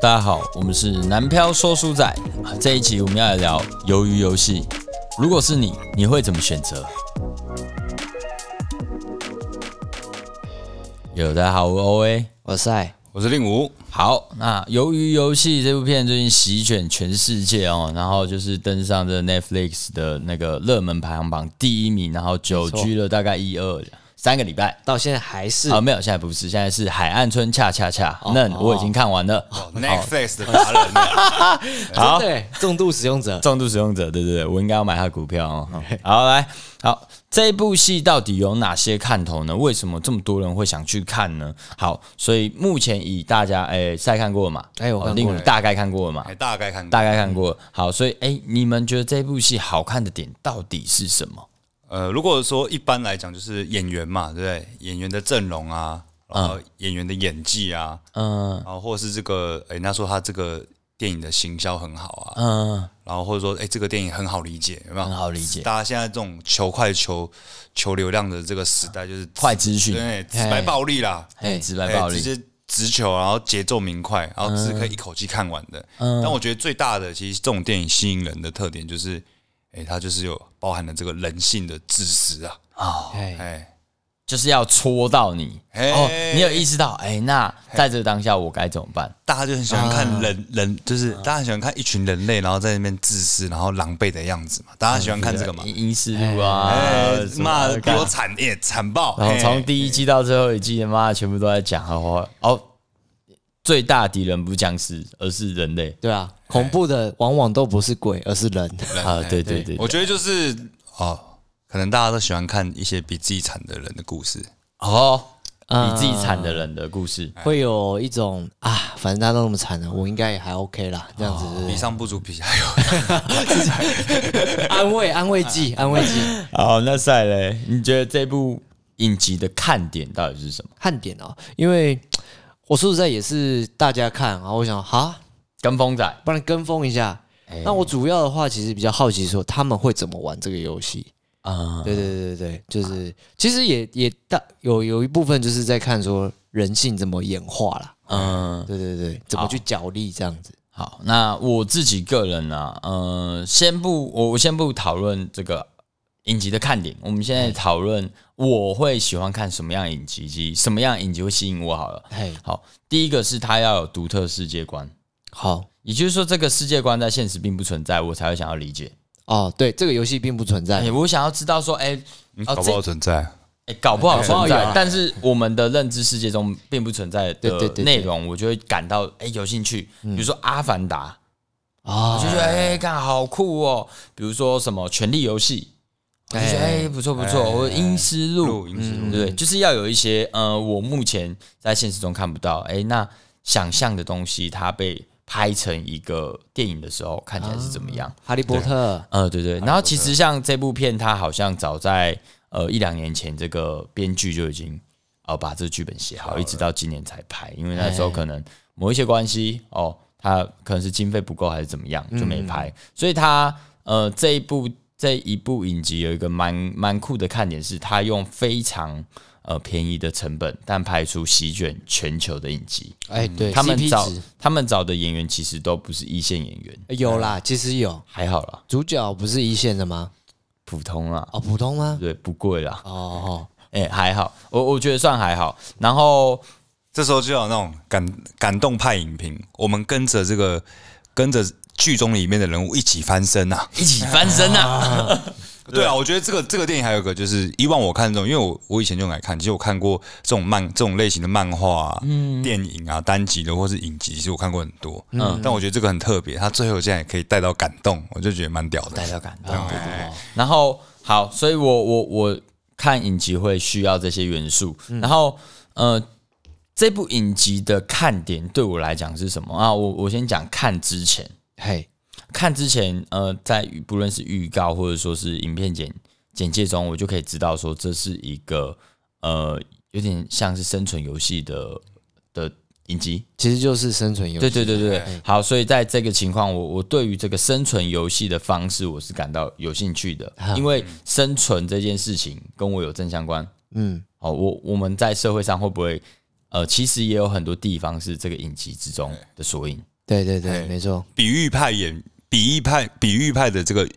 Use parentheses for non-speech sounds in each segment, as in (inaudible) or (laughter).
大家好，我们是南漂说书仔。啊这一集我们要来聊鱿鱼游戏。如果是你，你会怎么选择？有大家好，我 O A。我塞，我是令武，好，那《鱿鱼游戏》这部片最近席卷全世界哦，然后就是登上这 Netflix 的那个热门排行榜第一名，然后久居了大概一二三个礼拜。到现在还是啊，没有，现在不是，现在是《海岸村恰恰恰》那我已经看完了。 Netflix 的达人啊，好，，对重度使用者重度使用者，对对对，我应该要买他的股票哦。好，来，好，这一部戏到底有哪些看头呢？为什么这么多人会想去看呢？好，所以目前以大家，哎、赛看过了嘛？哦哎我看过令武大概看过了嘛？还 (laughs) 大概看过大概看过了。好，所以哎、你们觉得这部戏好看的点到底是什么？呃，如果说一般来讲，就是演员嘛，对不对？演员的阵容啊，然后演员的演技啊，嗯然后或者是这个，哎，那说他这个电影的行销很好啊，嗯，然后或者说，哎，这个电影很好理解，有没有？很好理解大家现在这种求快、求求流量的这个时代，就是快资讯，对直白暴力啦，哎，直白哎暴直力，接直球，然后节奏明快，然后是可以一口气看完的。嗯但我觉得最大的，其实这种电影吸引人的特点就是，哎、它就是有包含了这个人性的自私啊，哎，哎、就是要戳到你。哎哦，你有意识到？哎、那在这当下我该怎么办？大家就很喜欢啊看人、人，就是大家很喜欢看一群人类，然后在那边自私，然后狼狈的样子嘛，大家喜欢看这个嘛，英英式路啊，呃哎、什么骂的的比我惨烈惨爆，然后从哎第一季到最后一季，妈的，全部都在讲哦哦，最大敌人不是僵尸，而是人类对啊，恐怖的往往都不是鬼，而是人。啊！对对对，我对觉得就是哦，可能大家都喜欢看一些比自己惨的人的故事。哦，嗯比自己惨的人的故事，会有一种啊，反正大家都那么惨了，我应该也还 OK 啦，哦这样子 (laughs) 是不比是上不足，比下有安慰安慰剂，啊安慰剂。好，那赛雷，你觉得这部影集的看点到底是什么？看点哦，因为我说实在也是大家看，然后我想哈，跟风仔，不然跟风一下。哎那我主要的话，其实比较好奇说他们会怎么玩这个游戏。啊，对对对对对，就是其实也也大有有一部分就是在看说人性怎么演化啦。嗯，对对对，怎么去角力这样子？好，那我自己个人呢、呃，先不，我我先不讨论这个影集的看点，我们现在讨论我会喜欢看什么样的影集，以及什么样的影集会吸引我好了。嘿，好，第一个是它要有独特世界观，好也就是说，这个世界观在现实并不存在，我才会想要理解。哦，对，这个游戏并不存哎、在。我想要知道说，哎、嗯哦搞不好存在。哎搞不好存搞不好有在啊，但是我们的认知世界中并不存在对对的对对嗯内容，我就会感到哎、有兴趣。比如说《阿凡达》我啊就觉得哎，看、好酷哦。比如说什么《权力游戏》，我就觉得哎、不错不错。或者《阴尸路嗯录》，影是对不对，就是要有一些呃，我目前在现实中看不到，哎、那想象的东西它被拍成一个电影的时候，看起来是怎么样？哈利波特呃，对对。然后其实像这部片，它好像早在呃一两年前，这个编剧就已经呃把这个剧本写好，一直到今年才拍，因为那时候可能某一些关系哦，它可能是经费不够还是怎么样，就没拍。所以它呃这一部这一部影集有一个蛮蛮酷的看点是，它用非常呃便宜的成本，但拍出席卷全球的影集。哎，对，嗯他们 CP 找值哎他们找的演员其实都不是一线演员，有啦，嗯其实有还好啦，主角不是一线的吗？普通啦。哦，普通吗？对，不贵啦，哦哦，哎、还好，我我觉得算还好。然后这时候就有那种感感动派影评，我们跟着这个跟着剧中里面的人物一起翻身啊！一起翻身啊！ (laughs) 对啊，我觉得这个这个电影还有一个就是，以往我看这种，因为我我以前就很爱看，其实我看过这种漫这种类型的漫画、啊、电影啊、单集的或是影集，其实我看过很多。嗯，但我觉得这个很特别，它最后竟然也可以带到感动，我就觉得蛮屌的代。表感动，对然后好，所以我我我看影集会需要这些元素。然后呃，这部影集的看点对我来讲是什么啊？我我先讲看之前，嘿，看之前，呃，在预不论是预告或者说是影片简简介中，我就可以知道说这是一个呃，有点像是生存游戏的的影集。其实就是生存游对对戏。对对，好，所以在这个情况，我我对于这个生存游戏的方式，我是感到有兴趣的，因为生存这件事情跟我有正相关。嗯，哦，我我们在社会上会不会呃，其实也有很多地方是这个影集之中的缩影。对对对，哎没错，比喻派演比喻派比喻派的这个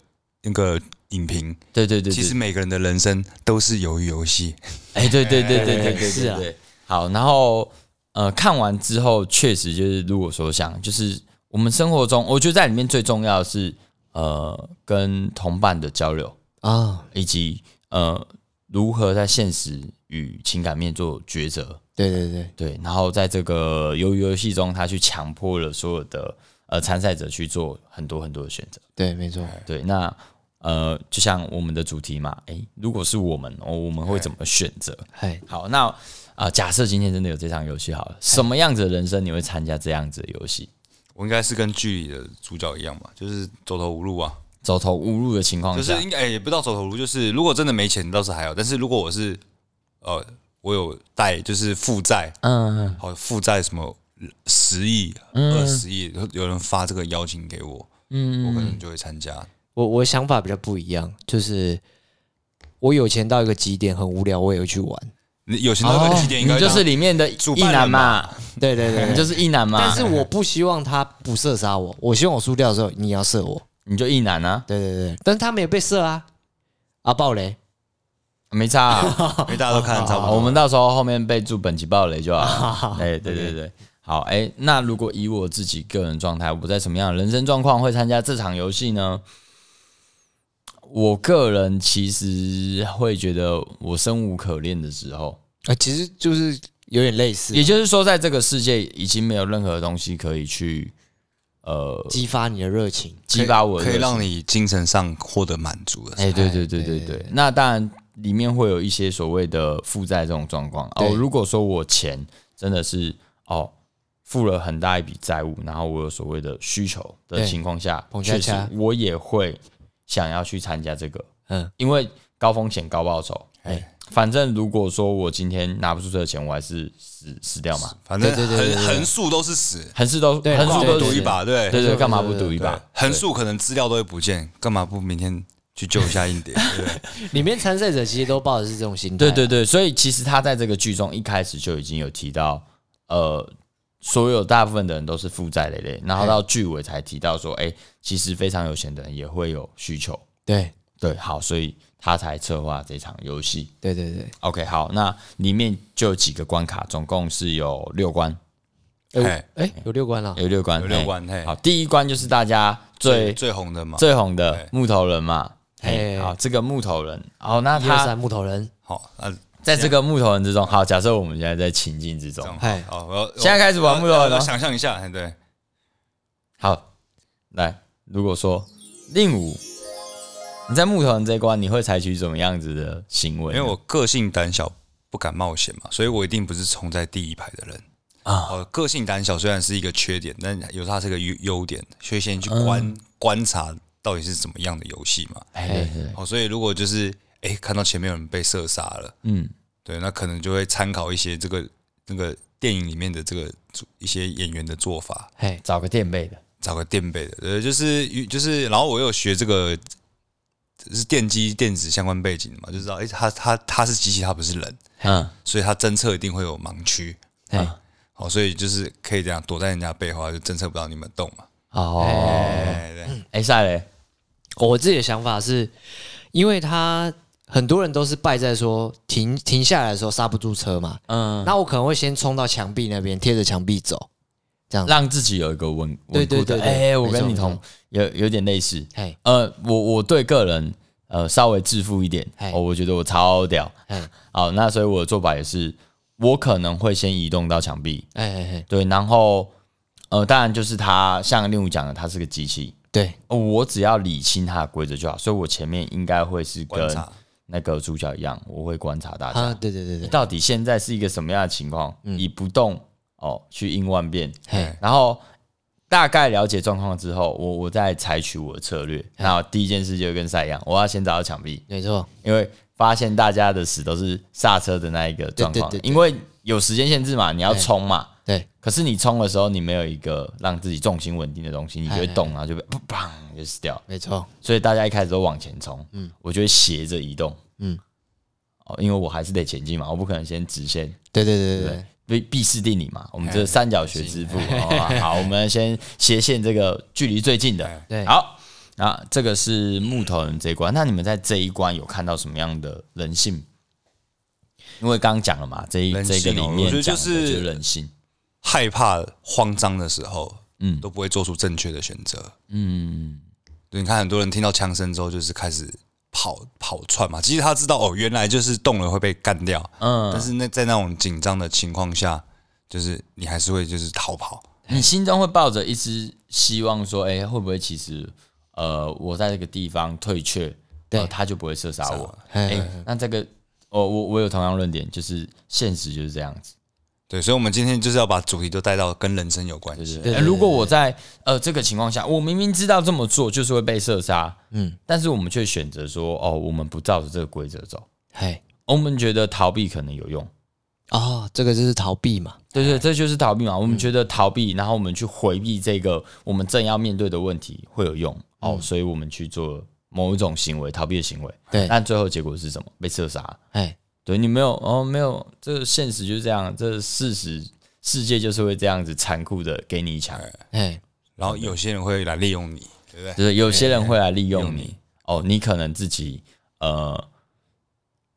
那个影评，对对对对，其实每个人的人生都是由于游戏。哎，对对对对对对，对是啊。对好，然后呃，看完之后，确实就是如果说想，就是我们生活中，我觉得在里面最重要的是呃，跟同伴的交流，啊，以及呃，如何在现实与情感面做抉择。对对对，对，然后在这个鱿鱼游戏中，他去强迫了所有的呃参赛者去做很多很多的选择。对，没错，对，那呃，就像我们的主题嘛，诶，如果是我们，哦，我们会怎么选择？哎，好，那啊、呃假设今天真的有这场游戏好了，什么样子的人生你会参加这样子的游戏？我应该是跟剧里的主角一样吧，就是走投无路啊，走投无路的情况就是下，应该、哎也不到走投无路，就是如果真的没钱倒是还好，但是如果我是呃我有贷，就是负债，嗯，好负债什么十亿、二十亿，有人发这个邀请给我，嗯，我可能就会参加。我我想法比较不一样，就是我有钱到一个极点很无聊，我也会去玩。你有钱到一个极点，应哦你该就是里面的主一办人男嘛，对对对你就是一男嘛，但是我不希望他不射杀我，我希望我输掉的时候你要射我。你就一男啊，对对对，但是他没有被射啊，啊暴雷，没差、 (laughs) 啊。因哎为大家都看得差不好，我多。们到时候后面备注本集暴雷就好 (laughs) 了。哎，对对对，好，哎、那如果以我自己个人状态，我在什么样的人生状况会参加这场游戏呢？我个人其实会觉得我生无可恋的时候，啊，其实就是有点类啊似，也就是说，在这个世界已经没有任何东西可以去呃激发你的热情。激发我的可以热情让你精神上获得满足的时候。哎、对对对对对对，那当然里面会有一些所谓的负债这种状况哦。对如果说我钱真的是哦付了很大一笔债务，然后我有所谓的需求的对情况下，彭确恰实恰我也会想要去参加这个，嗯，因为高风险高报酬。哎、哎反正如果说我今天拿不出这个钱，我还是死死掉嘛，反正对对对对横对横竖都是死，横竖都对横横竖竖都都是赌一死把，对对对，对干嘛不对赌一对把？横竖可能资料都会不见，干嘛不明天去救一下硬 (laughs) 碟？对不对？里面参赛者其实都抱的是这种心态。对对，对，所以其实他在这个剧中一开始就已经有提到，呃，所有大部分的人都是负债累累，然后到剧尾才提到说，哎、其实非常有钱的人也会有需求。对对，好，所以他才策划这场游戏。对对对 OK，好，那里面就有几个关卡，总共是有六关，对，哎哎哎，有六关了，有六关，有六嘿关嘿好，第一关就是大家最最红的嘛，最红的对木头人嘛。哎，嘿好，这个木头人，好，那一二他三木头人，好啊，在这个木头人之中，好，假设我们现在在情境之中这，样嗨好，我要现在开始玩木头我要人我要了。想象一下，哎对，好，来，如果说令武，你在木头人这一关，你会采取怎么样子的行为因呢？为我个性胆小，不敢冒险嘛，所以我一定不是冲在第一排的人啊啊。哦，个性胆小虽然是一个缺点，但有它这个优优点，所以先去观观察到底是怎么样的游戏嘛。嗯哎，对对对，哦，所以如果就是哎看到前面有人被射杀了，嗯，对，那可能就会参考一些这个那个电影里面的这个一些演员的做法，嘿，找个垫背的，找个垫背的，呃，就是就是，然后我有学这个是电机电子相关背景的嘛，就知道，哎、他他他是机器，他不是人，嗯，所以他侦测一定会有盲区，啊嘿，好，所以就是可以这样躲在人家背后，就侦测不到你们动嘛。哦，哎、嗯对，哎，赛雷，我自己的想法是，因为他很多人都是败在说停停下来的时候刹不住车嘛，嗯，那我可能会先冲到墙壁那边，贴着墙壁走，这样。让自己有一个稳稳对固对的，对对哎，我没跟错你没同错有有点类似，嘿，呃，我我对个人呃稍微自负一点，哎哦，我觉得我超屌，哎，好，那所以我的做法也是，我可能会先移动到墙壁，哎哎哎，对，然后呃，当然就是他像令武讲的，他是个机器，对哦我只要理清他的规则就好，所以我前面应该会是观跟察那个主角一样，我会观察大家、啊，对嗯对对对，到底现在是一个什么样的情况，以不动哦去应万变，哎嘿，然后大概了解状况之后，我我再采取我的策略。嗯那第一件事就跟赛一样，我要先找到墙壁，没错，因为发现大家的死都是刹车的那一个状况对对，对对因为有时间限制嘛，你要冲嘛。对可是你冲的时候，你没有一个让自己重心稳定的东西，你就会动，然后就被砰砰就死掉。没错，所以大家一开始都往前冲，嗯，我就会斜着移动，嗯嗯，哦，因为我还是得前进嘛，我不可能先直线，对对对对对对，。毕毕氏定理嘛，我们哎这三角学之父。哦好，我们先斜线这个距离最近的哎。对好，那这个是木头人这一关。那你们在这一关有看到什么样的人性？因为刚刚讲了嘛，这一人性这哦个里面我觉得讲就的是就是人性。害怕、慌张的时候，嗯嗯，都不会做出正确的选择。嗯，对，你看很多人听到枪声之后，就是开始跑跑窜嘛。其实他知道哦，原来就是动了会被干掉，嗯嗯，但是那在那种紧张的情况下，就是你还是会就是逃跑。你心中会抱着一丝希望，说，哎、会不会其实，呃，我在这个地方退却，对呃他就不会射杀我。哎、哎，那这个，哦，我我有同样论点，就是现实就是这样子，对，所以我们今天就是要把主题都带到跟人生有关对系。不对对？哎对如果我在呃这个情况下，我明明知道这么做就是会被射杀，嗯，但是我们却选择说，哦，我们不照着这个规则走，嘿，我们觉得逃避可能有用。哦，这个就是逃避嘛，对对，这就是逃避嘛。我们觉得逃避，然后我们去回避这个我们正要面对的问题会有用哦，所以我们去做某一种行为，逃避的行为。对，但最后结果是什么？被射杀。哎，对你没有哦，没有，这个现实就是这样，这个事实世界就是会这样子残酷的给你一枪。哎，然后有些人会来利用你，对不对？就是有些人会来利用用你你哦，你可能自己呃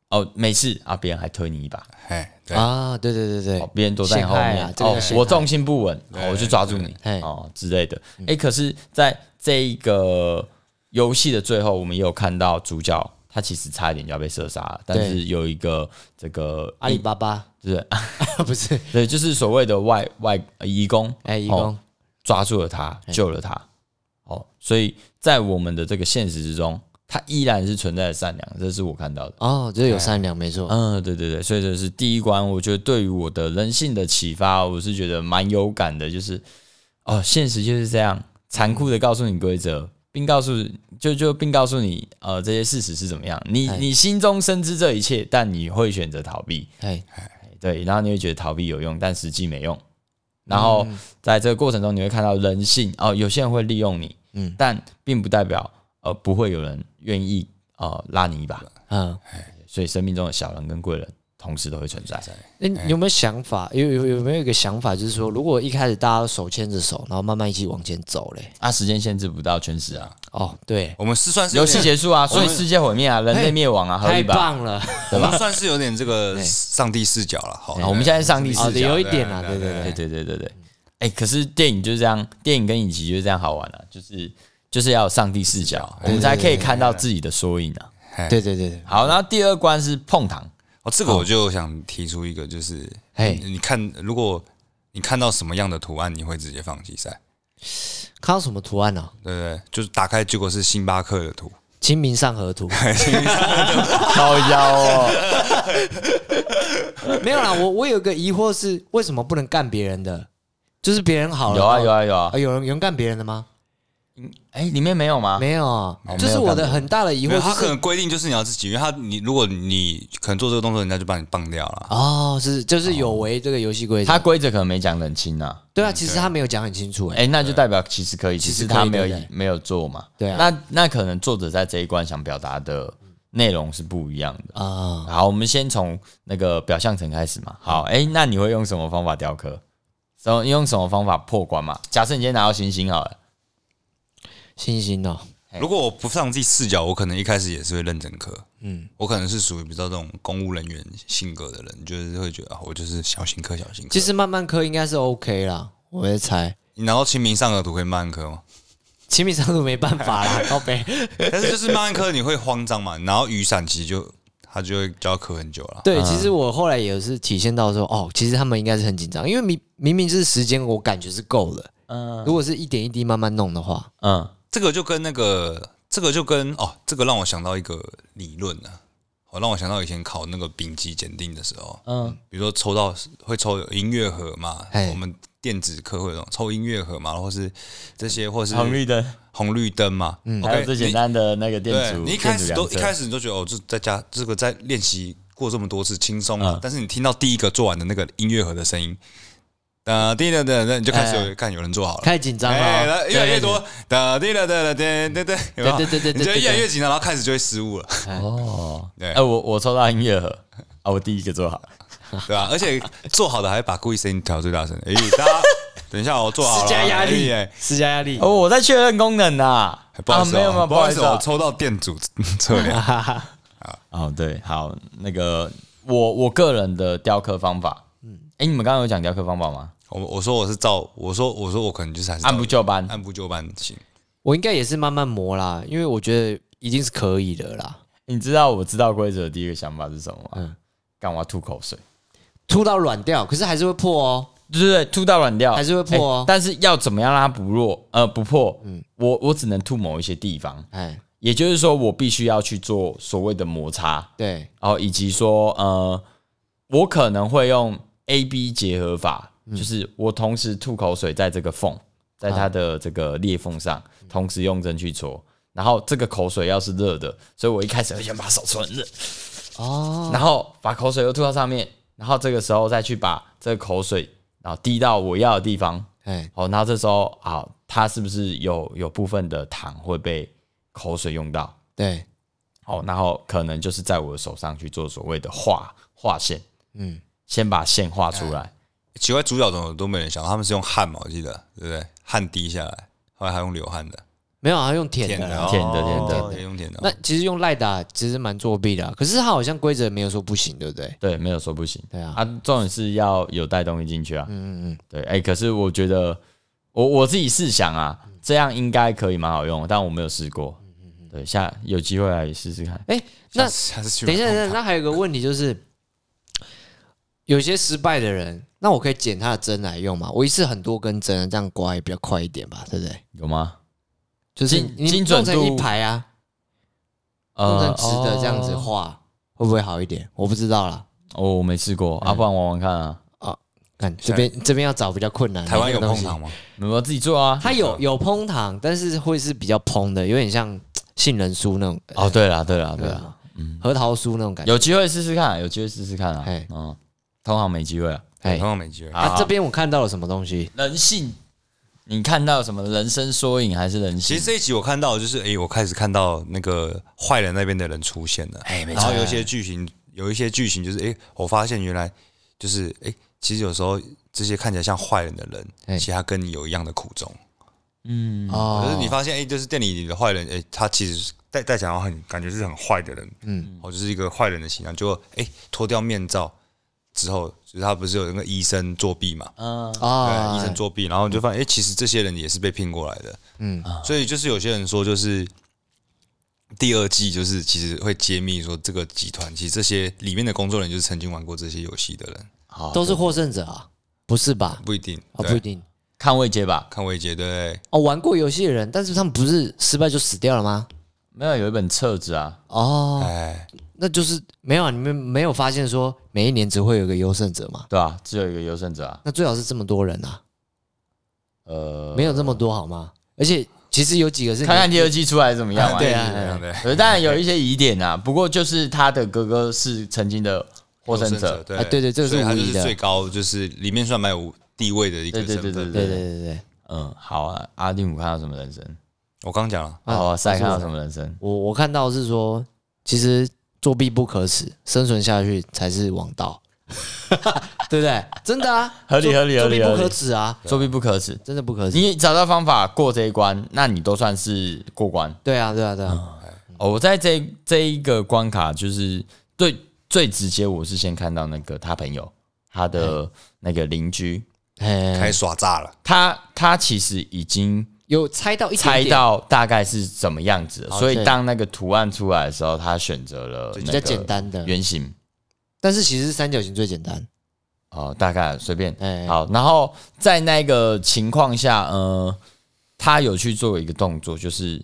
哦没事啊，别人还推你一把，哎，对，啊，对对对哦对，，别人躲在你后陷害面，啊这个哦叫陷，害我重心不稳，对哦我就抓住你，对嗯哦之类的。哎、可是在这一个游戏的最后，我们也有看到主角他其实差一点就要被射杀了，但对啊是有一个这个阿里巴巴就是 (laughs) 不是，对，就是所谓的外外呃移工，哎，义哦工，抓住了他，救了他。哦，所以在我们的这个现实之中，他依然是存在的善良，这是我看到的。哦，这有善良，没错，嗯，对对对，所以这是第一关，我觉得对于我的人性的启发，我是觉得蛮有感的，就是哦，现实就是这样，残酷的告诉你规则，并告诉就就并告诉你呃这些事实是怎么样，你哎你心中深知这一切，但你会选择逃避，哎，对，然后你会觉得逃避有用，但实际没用。然后嗯在这个过程中，你会看到人性哦，有些人会利用你，嗯但并不代表呃不会有人愿意呃拉你一把，嗯，所以生命中的小人跟贵人同时都会存在。那哎你有没有想法？有有有没有一个想法，就是说，如果一开始大家都手牵着手，然后慢慢一起往前走嘞？啊，时间限制不到全死啊，哦，对，我们是算是有游戏点，结束啊，所以世界毁灭啊，人类灭亡啊，合太理吧？棒了！我们算是有点这个上帝视角了。好，啊我们现在是上帝哦，视对，角，有一点啊，对对对对，对对对对。哎，可是电影就是这样，电影跟影集就是这样好玩啊，就是就是要有上帝视角，我们才可以看到自己的缩影啊。对对对对，好，然后第二关是碰糖，哦，这个我就想提出一个，就是，嘿你你看，如果你看到什么样的图案，你会直接放弃赛，看到什么图案呢？对不对？就是打开结果是星巴克的图，清明上河图好妖哦， (laughs) 没有啦，我我有个疑惑是为什么不能干别人的？就是别人好了，有啊然后有啊有啊啊，有人有人干别人的吗？哎，里面没有吗？没有啊哦没，有就是我的很大的疑因为惑他就可是能规定就是你要自己，因为他你如果你可能做这个动作，人家就把你棒掉了。哦，是就是有违这个游戏规则他。规则可能没讲冷清啊，对啊，其实他没有讲很清楚哎，哎，那就代表其实可以，只实是他没可以有对不没有做嘛。对啊那那可能作者在这一关想表达的内容是不一样的。啊，好，我们先从那个表象层开始嘛。好，哎、那你会用什么方法雕刻？什么用什么方法破关嘛？假设你今天拿到星星好了，星星哦，如果我不上帝视角，我可能一开始也是会认真磕。嗯，我可能是属于比较这种公务人员性格的人，就是会觉得啊，我就是小型磕小型磕。其实慢慢磕应该是 OK 啦，我在猜。你拿到清明上河图会慢慢磕吗？ (laughs) 清明上河图没办法啦，靠背。但是就是慢慢磕你会慌张嘛，然后雨伞其实就它就会就要磕很久了。嗯对，其实我后来也是体现到说，哦，其实他们应该是很紧张，因为明明明是时间，我感觉是够了。嗯如果是一点一滴慢慢弄的话，嗯，这个就跟那个，这个就跟哦，这个让我想到一个理论啊，哦，让我想到以前考那个丙级检定的时候，嗯嗯，比如说抽到会抽音乐盒嘛嘿，我们电子课会有那种抽音乐盒嘛，或是这些，或是嗯红绿灯，红绿灯嘛，嗯还有最简单的那个电对阻，你一开始都一开始你都觉得哦，就在家这个在练习过这么多次轻松啊嗯，但是你听到第一个做完的那个音乐盒的声音，呃哒滴哒哒哒，你就开始哎有看有人做好了。太紧张了哎哦。来越来越多，哒滴哒哒哒哒哒哒，有没有对对对对你就对越来对越紧张，然后开始就会失误了。哦，哎、对我我抽到音乐盒啊，我第一个做好，对吧、而且做好的还把故意声音调最大声。哎、(laughs) 大家等一下，我做好了。施加压力哎，施加压力。哦，我在确认功能呐、啊，不好意思、哦没有没有，不好意思、啊我抽到店主 (laughs) 测量。哦，对，好，那个我我个人的雕刻方法，嗯，哎、你们刚刚有讲雕刻方法吗？我我说我是照，我说我说我可能就是还是照按部就班。按部就班行。我应该也是慢慢磨啦，因为我觉得一定是可以的啦。你知道我知道规则的第一个想法是什么吗？嗯干嘛吐口水？吐到软掉，可是还是会破哦。对对对，吐到软掉还是会破哦嗯诶但是要怎么样让它不弱？呃，不破，我我只能吐某一些地方，哎，也就是说，我必须要去做所谓的摩擦，对，哦，以及说呃，我可能会用 A B 结合法，就是我同时吐口水在这个缝，在它的这个裂缝上，同时用针去戳。然后这个口水要是热的，所以我一开始会先把手搓很热，哦，然后把口水又吐到上面，然后这个时候再去把这个口水然后滴到我要的地方。哎，哦，那这时候啊，它是不是有有部分的糖会被口水用到？对，哦，然后可能就是在我的手上去做所谓的画画线，嗯，哎先把线画出来。奇怪，主角怎么都没人想到，他们是用汗嘛？我记得对不对？汗滴下来，后来还用流汗的，没有啊，用舔舔的的啦哦，舔的舔的哦也用舔的。那其实用赖打其实蛮作弊的啊，可是他好像规则没有说不行，对不对？对，没有说不行。对啊啊，重点是要有带东西进去啊。嗯嗯嗯，对，哎、可是我觉得我我自己试想啊，嗯这样应该可以蛮好用，但我没有试过。对，下有机会来试试看。哎，那 (laughs) 下次下次去吧等一下，等一下，那还有个问题就是，有些失败的人，那我可以剪他的针来用吗？我一次很多根针，这样刮也比较快一点吧，对不对？有吗？就是精你精准弄成一度排啊，呃呃弄成直的这样子哦，画，会不会好一点？我不知道啦。哦我没试过，嗯啊，不然玩玩看啊。看这边这边要找比较困难。台湾有那个碰东西糖，吗？没有自己做啊。它有有烹糖，但是会是比较烹的，有点像杏仁酥那种，哦，对了，对了，对对了，啊，嗯核桃酥那种感觉。有机会试试看，有机会试试看啊哎。嗯，通常没机会啊。台哎，湾没机会。啊，这边我看到了什么东西？人性，你看到什么人生缩影还是人其性实？这一集我看到，就是诶，我开始看到那个坏人那边的人出现了，哎没错然后有一些剧情，有一些剧情就是诶，我发现原来就是诶，其实有时候这些看起来像坏人的人，哎其实他跟你有一样的苦衷，嗯，哦，可是你发现诶，就是店里里的坏人，诶，他其实是戴戴讲很感觉是很坏的人，嗯，哦，就是一个坏人的形象，就诶，脱掉面罩之后，就是他不是有那个医生作弊嘛，嗯啊，对，医生作弊，然后你就发现，哎、其实这些人也是被聘过来的，嗯嗯，所以就是有些人说，就是第二季就是其实会揭秘说这个集团，其实这些里面的工作人员就是曾经玩过这些游戏的人，好，都是获胜者啊？不是吧？不一定，哦，对不一定看未接吧。看魏杰对，哦，玩过游戏的人，但是他们不是失败就死掉了吗？没有有一本册子啊，哦，哎、那就是没有啊，你们没有发现说每一年只会有一个优胜者吗？对啊，只有一个优胜者啊。那最好是这么多人啊，呃，没有这么多好吗？而且其实有几个是你看看第二季出来怎么 (laughs) 样嘛。对这啊样，的呃，当然有一些疑点啊，不过就是他的哥哥是曾经的获获胜胜者，对、啊对对这个是所以他无就疑是的最高，就是里面算蛮有地位的一个对身对份。对对对对对对，嗯，好啊。阿丁姆看到什么人生？我刚讲了，啊好啊，赛是看到我什么人生？我我看到是说，其实作弊不可耻，生存下去才是王道， (laughs) 对不对？真的啊， (laughs) 合理作合理合理作弊不合可理耻啊，作弊不可耻，真的不可耻。你找到方法过这一关，那你都算是过关。对啊，对啊，对啊，哦，我在这这一个关卡，就是最最直接，我是先看到那个他朋友，他的那个邻居，开哎，始耍诈了，他他其实已经有猜到一点猜点到大概是怎么样子了，好所以哦对当那个图案出来的时候，他选择了比那较个简单的，圆形，但是其实三角形最简单。哦，大概随便哎，哎，好。然后在那个情况下，呃，他有去做一个动作，就是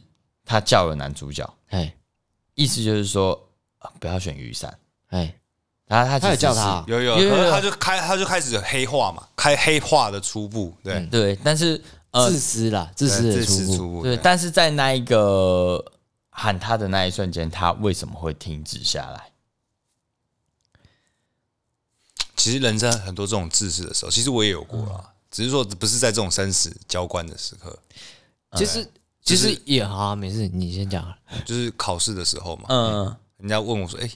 他叫了男主角，哎意思就是说、呃不要选雨伞，哎，然后他其他有实叫是他啊有有，有有可是有他就开他就开始黑化嘛，开黑化的初步，对，对，但是呃，自私啦，嗯自对私的自初私步。初步，对，但是在那一个喊他的那一瞬间，他为什么会停止下来？其实人生很多这种自私的时候，其实我也有过啦，嗯只是说不是在这种生死交关的时刻，其哎实其实也好啊，没事，你先讲啊。就是考试的时候嘛。嗯，人家问我说：“哎、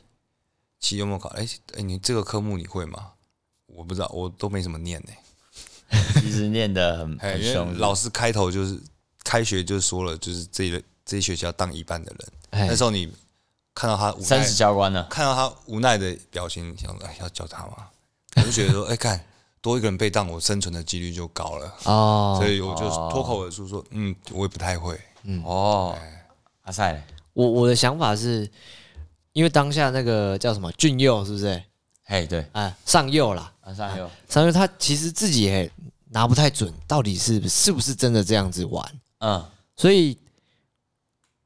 其实有没有考？哎、哎、你这个科目你会吗？我不知道，我都没怎么念呢、其实念的很哎，很因为凶，老师开头就是开学就说了，就是这一类这一学期要当一半的人。哎呃那时候你看到他无三奈十，教官呢？看到他无奈的表情，你想说哎要教他吗？我就觉得说，哎、看多一个人被当，我生存的几率就高了。哦所，以我就脱口而出说，嗯，我也不太会。哦，阿塞嘞，我我的想法是，因为当下那个叫什么俊佑是不是？嘿，对，哎，上佑啦，阿塞有上佑他其实自己也拿不太准，到底是是不是真的这样子玩？嗯，所以，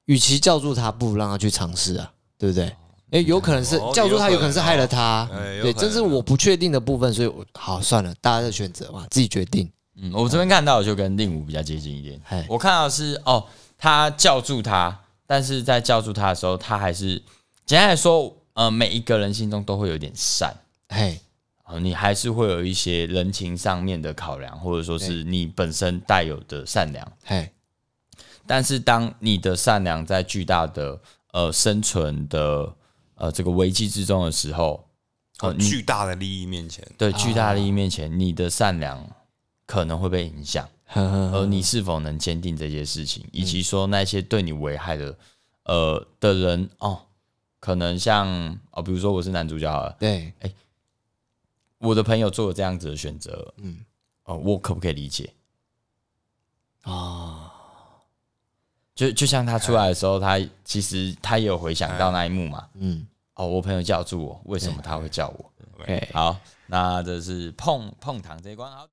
与其叫住他，不如让他去尝试啊，对不对？哎、有可能是哦叫住他，有有可可能能是害了他，哎有对，可能这是我不确定的部分，所以我好算了，大家的选择嘛，自己决定。嗯，我这边看到的就跟令武比较接近一点嘿。我看到的是哦，他叫住他，但是在叫住他的时候，他还是简单来说，呃，每一个人心中都会有点善。嘿，哦，你还是会有一些人情上面的考量，或者说是你本身带有的善良。嘿，但是当你的善良在巨大的呃生存的呃这个危机之中的时候，哦哦，你巨大的利益面前，对巨大利益面前，你的善良可能会被影响。呵呵而你是否能坚定这些事情，以及说那些对你危害的呃的人哦，可能像哦，比如说我是男主角好了，对，我的朋友做了这样子的选择，嗯，哦，我可不可以理解？哦，就就像他出来的时候，他其实他也有回想到那一幕嘛。嗯，哦，我朋友叫住我，为什么他会叫我？哎，好，那这是碰碰糖这一关。好，